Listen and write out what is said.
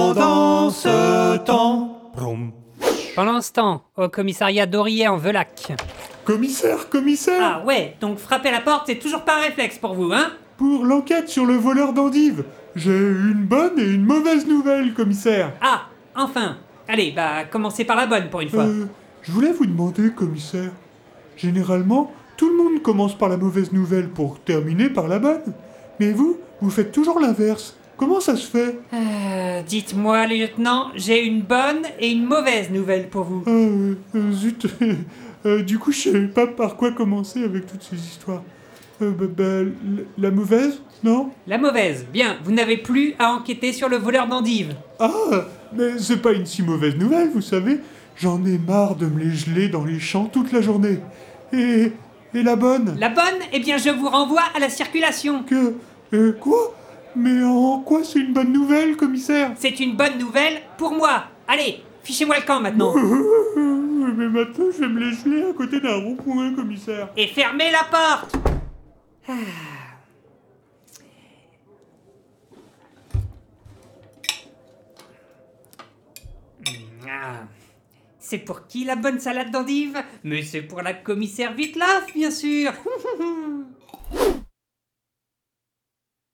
Pendant ce temps. Vroom. Pendant ce temps, au commissariat d'Aurier en Velac. Commissaire, commissaire Ah ouais, donc frapper à la porte, c'est toujours pas un réflexe pour vous, hein Pour l'enquête sur le voleur d'endive, j'ai une bonne et une mauvaise nouvelle, commissaire. Ah, enfin Allez, bah, commencez par la bonne pour une fois. Euh, je voulais vous demander, commissaire. Généralement, tout le monde commence par la mauvaise nouvelle pour terminer par la bonne. Mais vous, vous faites toujours l'inverse. Comment ça se fait Euh, Dites-moi, lieutenant, j'ai une bonne et une mauvaise nouvelle pour vous. Euh, euh, zut. Euh, du coup, je sais pas par quoi commencer avec toutes ces histoires. Euh, bah, bah, l- la mauvaise, non La mauvaise, bien, vous n'avez plus à enquêter sur le voleur d'endives. Ah, mais c'est pas une si mauvaise nouvelle, vous savez. J'en ai marre de me les geler dans les champs toute la journée. Et, et la bonne La bonne, eh bien, je vous renvoie à la circulation. Que... euh, quoi Mais en quoi c'est une bonne nouvelle, commissaire C'est une bonne nouvelle pour moi. Allez, fichez-moi le camp maintenant. Euh, Mais maintenant, je vais me les geler à côté d'un rond-point, commissaire. Et fermez la porte. Ah. Ah. C'est pour qui la bonne salade d'endive Mais c'est pour la commissaire Vitlaff, bien sûr.